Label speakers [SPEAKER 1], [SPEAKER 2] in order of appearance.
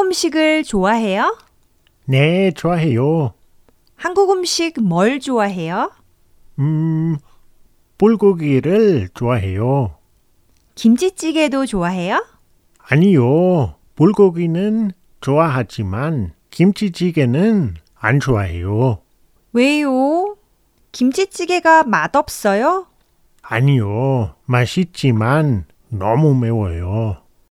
[SPEAKER 1] 음식을 좋아해요?
[SPEAKER 2] 네, 좋아해요.
[SPEAKER 1] 한국 음식 뭘 좋아해요?
[SPEAKER 2] 음, 불고기를 좋아해요.
[SPEAKER 1] 김치찌개도 좋아해요?
[SPEAKER 2] 아니요, 불고기는 좋아하지만 김치찌개는 안 좋아해요.
[SPEAKER 1] 왜요? 김치찌개가 맛없어요?
[SPEAKER 2] 아니요, 맛있지만 너무 매워요.